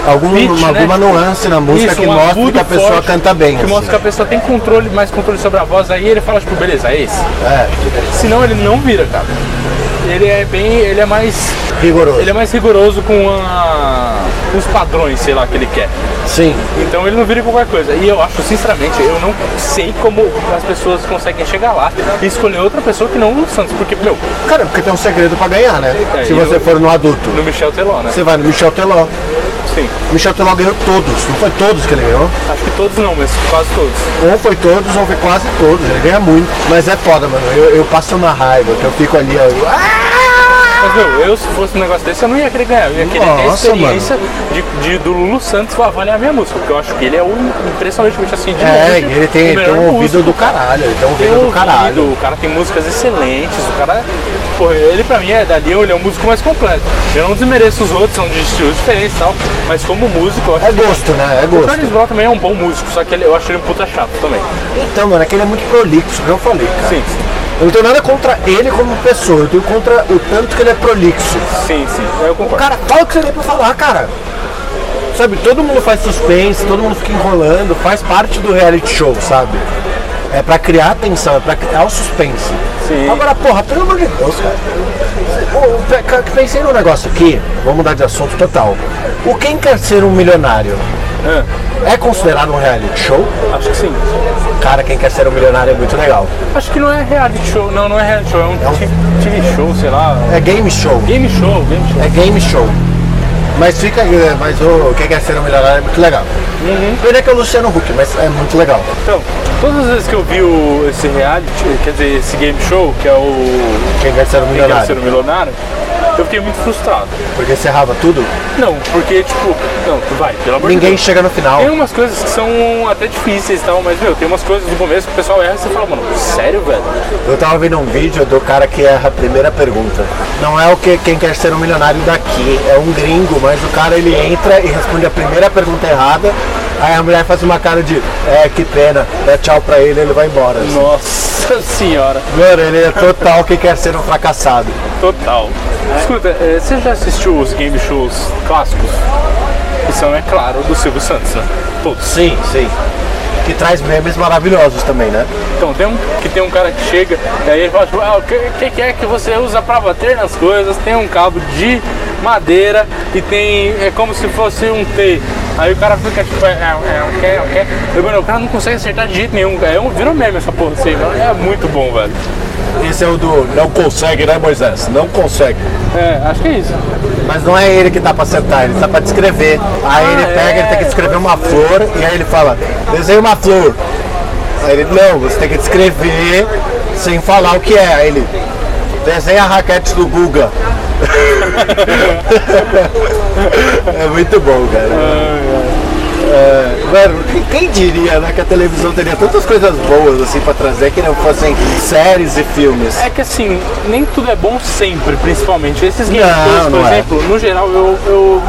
B: um
C: Algum,
B: pitch,
C: uma-
B: né?
C: alguma nuance na música
B: Isso,
C: que
B: um
C: mostra
B: agudo
C: que a pessoa
B: forte,
C: canta bem.
B: Que
C: assim.
B: mostra que a pessoa tem controle, mais controle sobre a voz, aí ele fala, tipo, beleza, é esse.
C: É,
B: Senão ele não vira, cara. Ele é bem. ele é mais.
C: rigoroso.
B: Ele é mais rigoroso com a, os padrões, sei lá, que ele quer.
C: Sim.
B: Então ele não vira qualquer coisa. E eu acho, sinceramente, eu não sei como as pessoas conseguem chegar lá e escolher outra pessoa que não o Santos. Porque, meu,
C: Cara, porque tem um segredo pra ganhar, né?
B: É,
C: Se
B: e
C: você
B: eu-
C: for no adulto.
B: no Michel Teló, né?
C: Você vai no Michel Teló.
B: Sim.
C: Michel Teló ganhou todos. Não foi todos que ele ganhou.
B: Acho que todos não, mas quase todos.
C: Ou foi todos, ou foi quase todos. Ele ganha muito. Mas é foda, mano. Eu, eu passo uma raiva, que eu fico ali, ó. eu- Ah!
B: Mas, meu, eu se fosse um negócio desse, eu não ia querer ganhar. Eu ia querer ter a
C: Nossa,
B: experiência de, de- do Lulu Santos pra avaliar minha música. Porque eu acho que ele é um, impressionantemente assim, de
C: É,
B: longe,
C: ele tem,
B: o
C: ele tem
B: melhor
C: um ouvido
B: músico.
C: do caralho. Ele tem um
B: Tem
C: ouvido do caralho.
B: ouvido, O cara tem músicas excelentes, o cara. é, Pô, ele pra mim é dali, ele é um músico mais completo. Eu não desmereço os outros, são de estilos diferentes e tal, mas como músico, eu acho
C: É
B: que.
C: gosto, né? É
B: O
C: gosto.
B: Charles Brown também é um bom músico, só que ele- eu acho ele um puta chato também.
C: Então, mano, é que ele é muito prolixo, que eu falei, cara.
B: Sim, sim,
C: Eu não tenho nada contra ele como pessoa, eu tenho contra o tanto que ele é prolixo.
B: sim, sim, eu concordo.
C: Cara, fala o que você tem pra falar, cara. Sabe, todo mundo faz suspense, todo mundo fica enrolando, faz parte do reality show, sabe? É pra criar atenção, é pra criar o suspense.
B: Sim.
C: Agora, porra, pelo amor de Deus, cara. O- o- pe- ca- Pensei num negócio aqui, vamos mudar de assunto total. O Quem Quer Ser Um Milionário
B: Ah,
C: é considerado um reality show?
B: acho que sim.
C: Cara, quem quer ser um milionário é muito legal.
B: Acho que não é reality show. Não, não é reality show. É um,
C: um-
B: ti- TV show, sei lá.
C: É game show.
B: Game show, game show.
C: É game show. Mas fica aí, né? mas o quem quer ser um milionário é muito legal. Pena que é o Luciano Huck, mas é muito legal.
B: Então, todas as vezes que eu vi o, esse reality, quer dizer, esse game show, que é o
C: Quem quer ser um
B: Quem Quer Ser
C: milionário?
B: um Milionário, eu fiquei muito frustrado.
C: Porque encerrava tudo,
B: Não, porque, tipo, não, tu vai, pelo amor de
C: ninguém
B: Deus.
C: chega no final.
B: Tem umas coisas que são até difíceis e tal, mas, meu, tem umas coisas no começo que o pessoal erra e você fala, mano, sério, velho?
C: Eu tava vendo um vídeo do cara que erra a primeira pergunta. Não é o que quem quer ser um milionário daqui, é um gringo, mas o cara ele entra e responde a primeira pergunta errada. Aí a mulher faz uma cara de, é, que pena, dá tchau pra ele ele vai embora. assim.
B: Nossa senhora,
C: Mano, ele é total que quer ser um fracassado.
B: total. Escuta, eh, você já assistiu os game shows clássicos? Que são, é claro, do Silvio Santos, né? Todos.
C: Sim, sim. Que traz memes maravilhosos também, né?
B: Então, tem um, que tem um cara que chega e aí ele fala, tipo, ah, o que, que que é que você usa pra bater nas coisas? Tem um cabo de madeira e tem, é como se fosse um T. Aí o cara fica tipo, é, é, ok, ok. Eu, mano, o cara não consegue acertar de jeito nenhum. É um, vira um meme essa porra, assim, mano. é muito bom, velho.
C: Esse é o do não consegue, né, Moisés? Não consegue.
B: É, acho que é isso.
C: Mas não é ele que dá pra acertar, ele dá pra descrever. Aí ele
B: Ah,
C: pega,
B: é.
C: ele tem que descrever uma flor, e aí ele fala, desenha uma flor. Aí ele, não, você tem que descrever sem falar o que é. Aí ele, desenha a raquete do Guga. é muito bom, cara. É, mano, quem- quem diria né, que a televisão teria tantas coisas boas assim pra trazer que não fossem séries e filmes?
B: É que assim, nem tudo é bom sempre, principalmente. Esses game
C: Não,
B: shows, por
C: não é.
B: exemplo, no geral eu, eu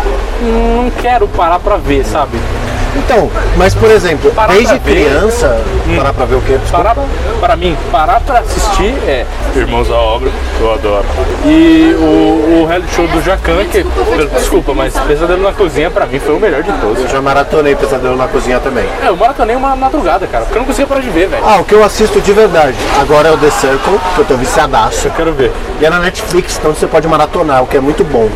B: não quero parar pra ver, sabe?
C: Então, mas por exemplo,
B: Parar
C: desde
B: pra ver. Hum.
C: criança, parar pra ver o quê?
B: Parar pra mim, parar pra assistir é Irmãos à Obra, eu adoro. E o, o reality show do Jacan, que desculpa, mas Pesadelo na Cozinha pra mim foi o melhor de todos.
C: Eu já maratonei Pesadelo na Cozinha também.
B: É, eu maratonei uma madrugada, cara, porque eu não conseguia parar de ver, velho.
C: Ah, o que eu assisto de verdade agora é o The Circle, que eu tô viciadaço.
B: Eu quero ver.
C: E é na Netflix, então você pode maratonar, o que é muito bom.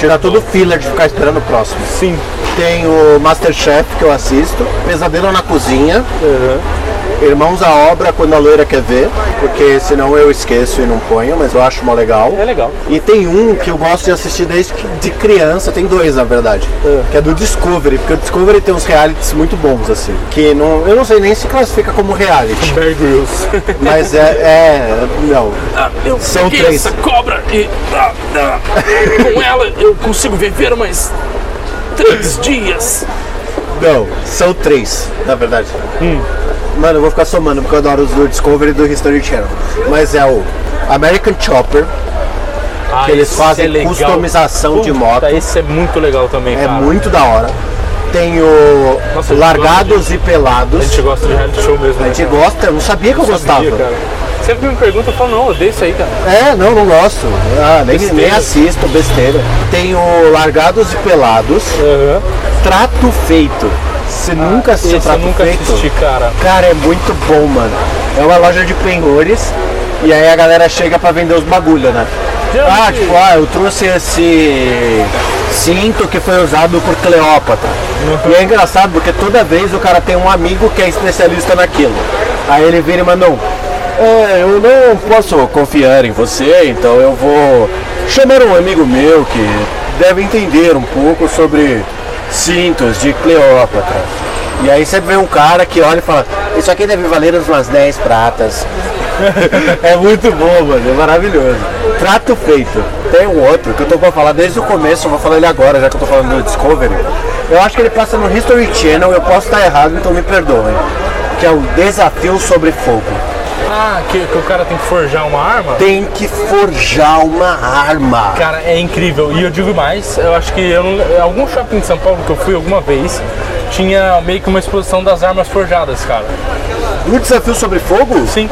C: Tirar todo o filler de ficar esperando o próximo.
B: Sim.
C: Tem o Masterchef, que eu assisto. Pesadelo na Cozinha. Irmãos à Obra, quando a loira quer ver. Porque senão eu esqueço e não ponho, mas eu acho mó legal.
B: É legal.
C: E tem um que eu gosto de assistir desde que- de criança, tem dois na verdade, que é do Discovery, porque o Discovery tem uns realities muito bons, assim, que não, eu não sei nem se classifica como reality,
B: Bear Grylls.
C: mas é, é não,
B: Eu
C: São
B: peguei
C: três.
B: essa cobra e ah, ah, com ela eu consigo viver mais três dias.
C: não, são três, na verdade.
B: Hum.
C: Mano, eu vou ficar somando, porque eu adoro os do Discovery e do History Channel, mas é o American Chopper,
B: Ah,
C: eles
B: esse
C: fazem
B: legal.
C: customização de moto.
B: Esse é muito legal também,
C: é
B: cara.
C: muito da hora. Tem o
B: Nossa, eu gosto
C: Largados e
B: A
C: Pelados.
B: gente gosta de reality show mesmo. né?
C: A gente gosta, eu não sabia que eu gostava.
B: Sempre me pergunta, eu falo, não, eu odeio isso aí, cara.
C: É, não, não gosto. Ah, nem,
B: Besteira.
C: nem assisto, besteira. Tem o Largados e Pelados, Trato Feito. Você nunca assistiu
B: Ah, Esse eu
C: Trato
B: nunca
C: Feito?
B: assisti, cara.
C: Cara, é muito bom, mano. É uma loja de penhores e aí a galera chega pra vender os bagulho, né?
B: Geralmente-
C: Ah, tipo, ah, eu trouxe esse cinto que foi usado por Cleópatra. E é engraçado porque toda vez o cara tem um amigo que é especialista naquilo. Aí ele vira e manda um. É, eu não posso confiar em você, então eu vou chamar um amigo meu que deve entender um pouco sobre cintos de Cleópatra. E aí você vê um cara que olha e fala, isso aqui deve valer umas 10 pratas. é muito bom, mano, é maravilhoso. Trato feito. Tem um outro que eu tô pra falar desde o começo, eu vou falar ele agora, já que eu tô falando do Discovery. Eu acho que ele passa no History Channel, eu posso estar errado, então me perdoem. Que é o desafio sobre fogo.
B: Ah, que, que o cara tem que forjar uma arma?
C: Tem que forjar uma arma.
B: Cara, é incrível. E eu digo mais, eu acho que eu não- algum shopping de São Paulo que eu fui alguma vez tinha meio que uma exposição das armas forjadas, cara.
C: No desafio sobre fogo?
B: Sim.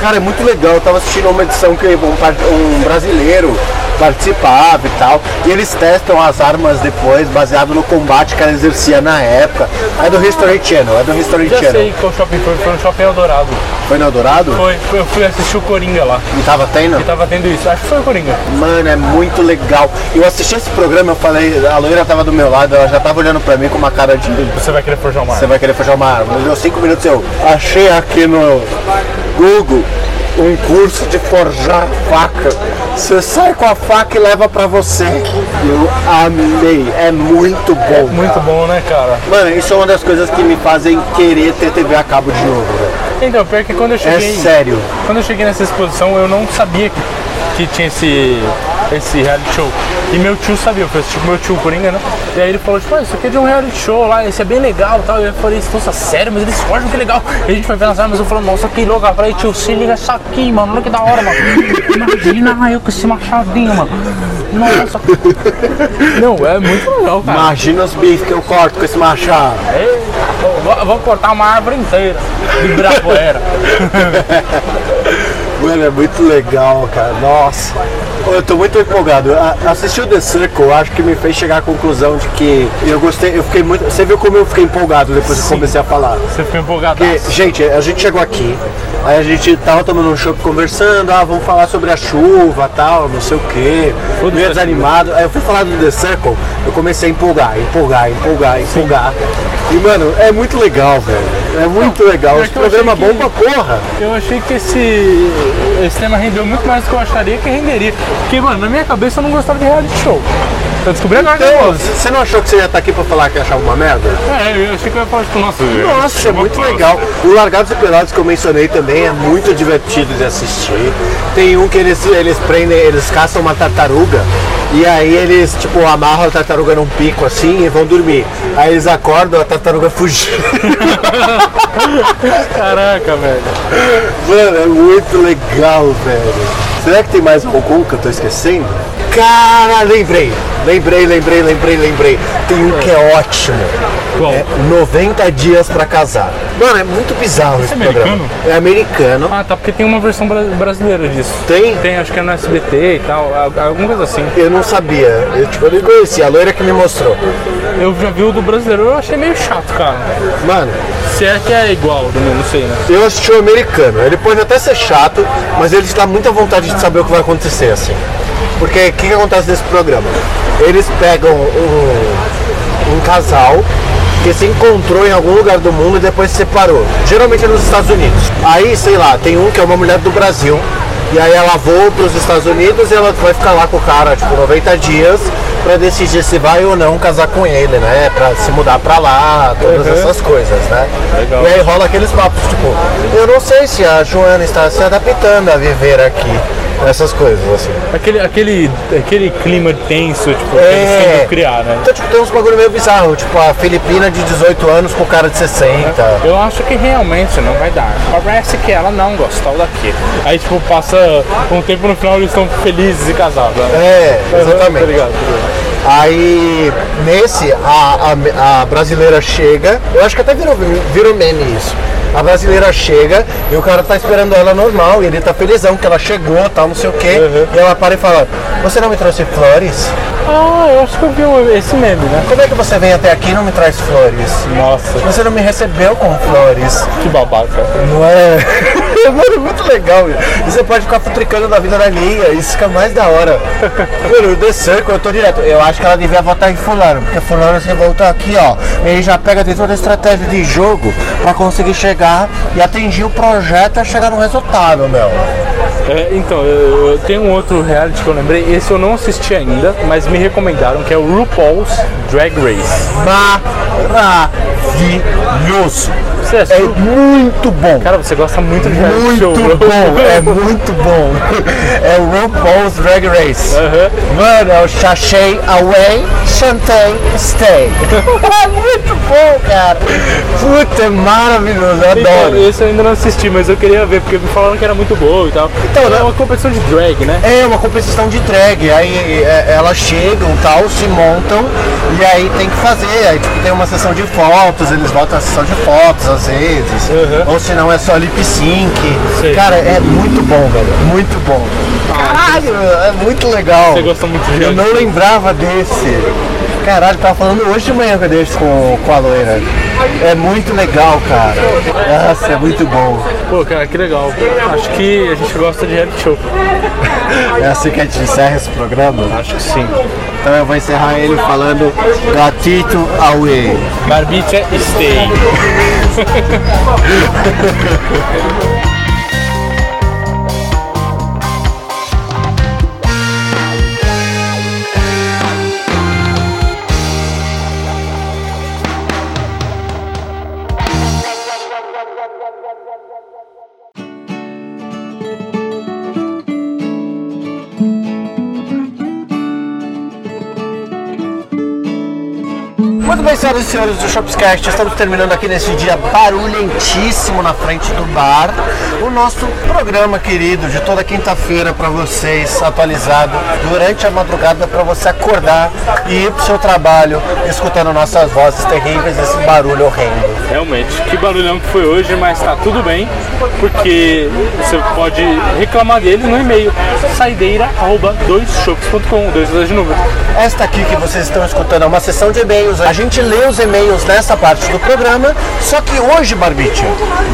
C: Cara, é muito legal. Eu tava assistindo uma edição que um, par- um brasileiro participava e tal. E eles testam as armas depois, baseado no combate que ela exercia na época. É do History Channel, é do History
B: Já
C: Channel.
B: sei qual shopping foi, foi no shopping Eldorado.
C: Foi no Eldorado?
B: Foi, foi- eu fui assistir o Coringa lá.
C: E tava tendo?
B: E tava tendo isso. Acho que foi o Coringa.
C: Mano, é muito legal. Eu assisti esse programa, eu falei, a loira tava do meu lado, ela já tava olhando pra mim com uma cara de.
B: Você vai querer forjar uma
C: Você
B: arma.
C: vai querer forjar uma arma. Deu cinco minutos eu. Achei aqui no Google um curso de forjar faca. Você sai com a faca e leva pra você. Eu amei. É muito bom.
B: Muito
C: cara.
B: bom, né, cara?
C: Mano, isso é uma das coisas que me fazem querer ter TV a cabo de novo, velho.
B: Então, pior que quando eu
C: É
B: cheguei.
C: sério.
B: Quando eu cheguei nessa exposição, eu não sabia que, que tinha esse, esse reality show. E meu tio sabia, eu fui assistir com meu tio Coringa, né? E aí ele falou, tipo, "Ah, isso aqui é de um reality show lá, esse é bem legal e tal. E eu falei, isso, nossa, sério, mas eles forjam que legal. E a gente foi ver nas armas, eu falei, nossa, que louco. Eu falei, tio, se liga isso aqui, mano, olha que da hora, mano. Imagina Ah, eu com esse machadinho, mano. Nossa. Não, é muito legal, cara.
C: Imagina os bifes que eu corto com esse machado.
B: Ei, vou- vou cortar uma árvore inteira de Ibirapuera.
C: Mano, é muito legal, cara. Nossa. Eu tô muito empolgado. A- Assistir o The Circle, acho que me fez chegar à conclusão de que eu gostei, eu fiquei muito. Você viu como eu fiquei empolgado depois que eu comecei a falar?
B: Você ficou empolgado.
C: Porque, gente, a gente chegou aqui, aí a gente tava tomando um chopp conversando, ah, vamos falar sobre a chuva, tal, não sei o quê, meio desanimado. Aí eu fui falar do The Circle, eu comecei a empolgar, empolgar, empolgar, empolgar. E, mano, é muito legal, velho. É muito legal.
B: pior
C: Esse
B: que eu achei
C: programa é bom
B: que-
C: pra porra.
B: Eu achei que esse, esse tema rendeu muito mais do que eu acharia que renderia. Porque, mano, na minha cabeça eu não gostava de reality show. Eu descobri agora que eu
C: Então,
B: gosto.
C: você não achou que você ia estar aqui pra falar que achava uma merda?
B: É, eu achei que eu ia falar, tipo, nossa,
C: Nossa, é muito legal. O Largados e Pelados que eu mencionei também é muito divertido de assistir. Tem um que eles, eles prendem, eles caçam uma tartaruga e aí eles, tipo, amarram a tartaruga num pico assim e vão dormir. Aí eles acordam, a tartaruga fugiu.
B: Caraca, velho.
C: Mano, é muito legal, velho. Será que tem mais algum que eu tô esquecendo? Cara, lembrei. Lembrei, lembrei, lembrei, lembrei. Tem um que é ótimo.
B: Qual?
C: É 90 dias pra casar. Mano, é muito bizarro esse
B: americano?
C: programa. É americano.
B: Ah, tá, porque tem uma versão bra- brasileira disso.
C: Tem?
B: Tem, acho que é no SBT e tal, al- alguma coisa assim.
C: Eu não sabia. Eu, tipo, eu nem conhecia. A loira que me mostrou.
B: Eu já vi o do brasileiro, eu achei meio chato, cara.
C: Mano,
B: Se é que é igual, não não sei, né?
C: eu assisti o americano. Ele pode até ser chato, mas ele está muita vontade de saber o que vai acontecer, assim. Porque o que, que acontece nesse programa? Eles pegam um, um casal que se encontrou em algum lugar do mundo e depois se separou. Geralmente é nos Estados Unidos. Aí, sei lá, tem um que é uma mulher do Brasil. E aí ela voa para os Estados Unidos e ela vai ficar lá com o cara, tipo, 90 dias para decidir se vai ou não casar com ele, né? Para se mudar para lá, todas essas coisas, né?
B: Legal.
C: E aí rola aqueles papos, tipo, eu não sei se a Joana está se adaptando a viver aqui. Essas coisas, assim.
B: Aquele, aquele, aquele clima tenso, tipo, que eles
C: É.
B: tentam criar, né?
C: Então, tipo, tem uns bagulho meio bizarro, tipo a Filipina de 18 anos com cara de 60.
B: Eu acho que realmente não vai dar. Parece que ela não gostou daqui. Aí, tipo, passa um tempo no final, eles estão felizes e casados. Né?
C: É,
B: Tá
C: exatamente.
B: ligado?
C: Aí, nesse, a, a- a brasileira chega, eu acho que até virou, virou meme isso. A brasileira chega e o cara tá esperando ela normal, e ele tá felizão que ela chegou, tal, não sei o quê. E ela para e fala, você não me trouxe flores?
B: Ah, eu acho que eu vi um- esse meme, né?
C: Como é que você vem até aqui e não me traz flores?
B: Nossa,
C: Você não me recebeu com flores.
B: que babaca.
C: Não é? Mano, é muito legal, meu. E você pode ficar futricando da vida da linha, isso fica mais da hora. Mano, o The Circle, eu tô direto. Eu acho que ela devia votar em fulano, porque fulano se voltar aqui, ó. Ele já pega dentro toda a estratégia de jogo pra conseguir chegar e atingir o projeto e chegar no resultado, meu.
B: É, então, eu, eu tenho um outro reality que eu lembrei. Esse eu não assisti ainda, mas me recomendaram, que é o RuPaul's Drag Race.
C: Maravilhoso.
B: Você
C: É
B: assistiu?
C: muito bom.
B: Cara, você gosta muito de reality show, né?
C: Muito
B: bro.
C: bom, é muito bom. É o RuPaul's Drag Race.
B: Aham.
C: Mano, eu chachei away, chantei, stay. É muito bom, cara. Puta, é maravilhoso, eu
B: Então,
C: adoro.
B: esse eu ainda não assisti, mas eu queria ver, porque me falaram que era muito boa e tal.
C: Então, né?
B: é uma competição de drag, né?
C: É uma competição de drag, aí é, elas chegam tal, se montam e aí tem que fazer. Aí tipo, tem uma sessão de fotos, eles botam a sessão de fotos às vezes,
B: Uhum.
C: ou se não é só lip sync.
B: Sei.
C: Cara, é muito bom, velho, muito bom. Caralho, é muito legal.
B: Você gosta muito de
C: Eu
B: drag?
C: não lembrava desse. Caralho, tava falando hoje de manhã com desse com, com a loira. É muito legal, cara. Nossa, é muito bom.
B: Pô, cara, que legal. Acho que a gente gosta de reality show.
C: É assim que a gente encerra esse programa? Acho que sim. Então eu vou encerrar ele falando Gatito Away. é
B: Barbicha Stay.
C: Muito bem, senhoras e senhores do Shopscast, estamos terminando aqui nesse dia barulhentíssimo na frente do bar. O nosso programa querido de toda quinta-feira para vocês, atualizado durante a madrugada para você acordar e ir pro seu trabalho escutando nossas vozes terríveis, esse barulho horrendo.
B: Realmente, que barulhão que foi hoje, mas tá tudo bem, porque você pode reclamar dele no e-mail saideira.doisshops.com, dois dois de número.
C: Esta aqui que vocês estão escutando é uma sessão de e-mails. A gente lê os e-mails nessa parte do programa, só que hoje, Barbite,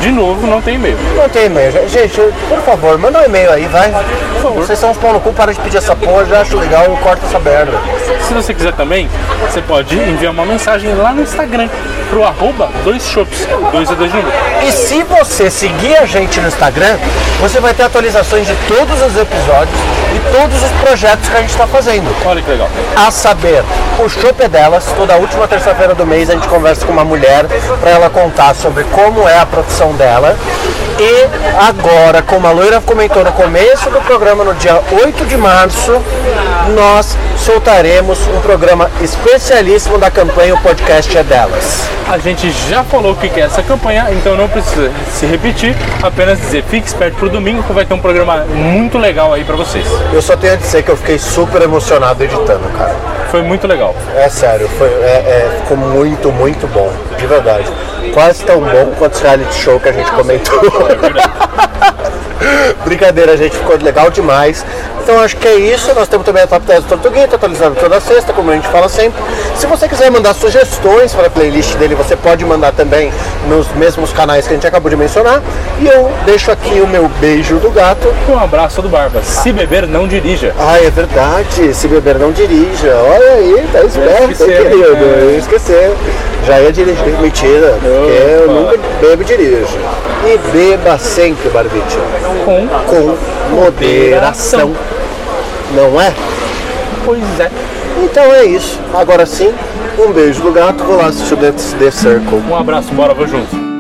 B: De novo, não tem e-mail.
C: não tem e-mail. Gente, por favor, manda um e-mail aí, vai. Por favor. Vocês são os pau no cu, para de pedir essa porra, já acho legal, corta essa merda.
B: Se você quiser também, você pode enviar uma mensagem lá no Instagram, pro arroba doisshops, dois a dois de número.
C: E se você seguir a gente no Instagram, você vai ter atualizações de todos os episódios e todos os projetos que a gente está fazendo.
B: Olha que legal.
C: a saber, o Chope é Delas, toda última terça-feira do mês a gente conversa com uma mulher para ela contar sobre como é a profissão dela. E agora, como a Loira comentou no começo do programa, no dia 8 de março, nós soltaremos um programa especialíssimo da campanha O Podcast é Delas.
B: A gente já falou o que que é essa campanha, então não precisa se repetir, apenas dizer fique esperto pro domingo que vai ter um programa muito legal aí pra vocês.
C: Eu só tenho a dizer que eu fiquei super emocionado editando, cara.
B: Foi muito legal.
C: É sério, foi, é- é, ficou muito, muito bom, de verdade. Quase tão bom quanto os reality show que a gente comentou. Brincadeira, gente, ficou legal demais. Então acho que é isso. Nós temos também a Top 10 do Tortuguita, atualizando toda sexta, como a gente fala sempre. Se você quiser mandar sugestões para a playlist dele, você pode mandar também nos mesmos canais que a gente acabou de mencionar. E eu deixo aqui o meu beijo do gato.
B: Um abraço do Barba. Se beber, não dirija.
C: Ah, é verdade. Se beber não dirija. Olha aí, tá esperto, hein,
B: esquecendo,
C: querido.
B: né?
C: Eu esqueci. Já ia dirigir. Mentira, porque eu
B: Opa.
C: nunca bebo e dirijo. E beba sempre, Barbite.
B: Com.
C: Com moderação. Não é?
B: Pois é.
C: Então é isso. Agora sim, um beijo do gato. Vou lá assistir o The The Circle.
B: Um abraço, bora, vou junto.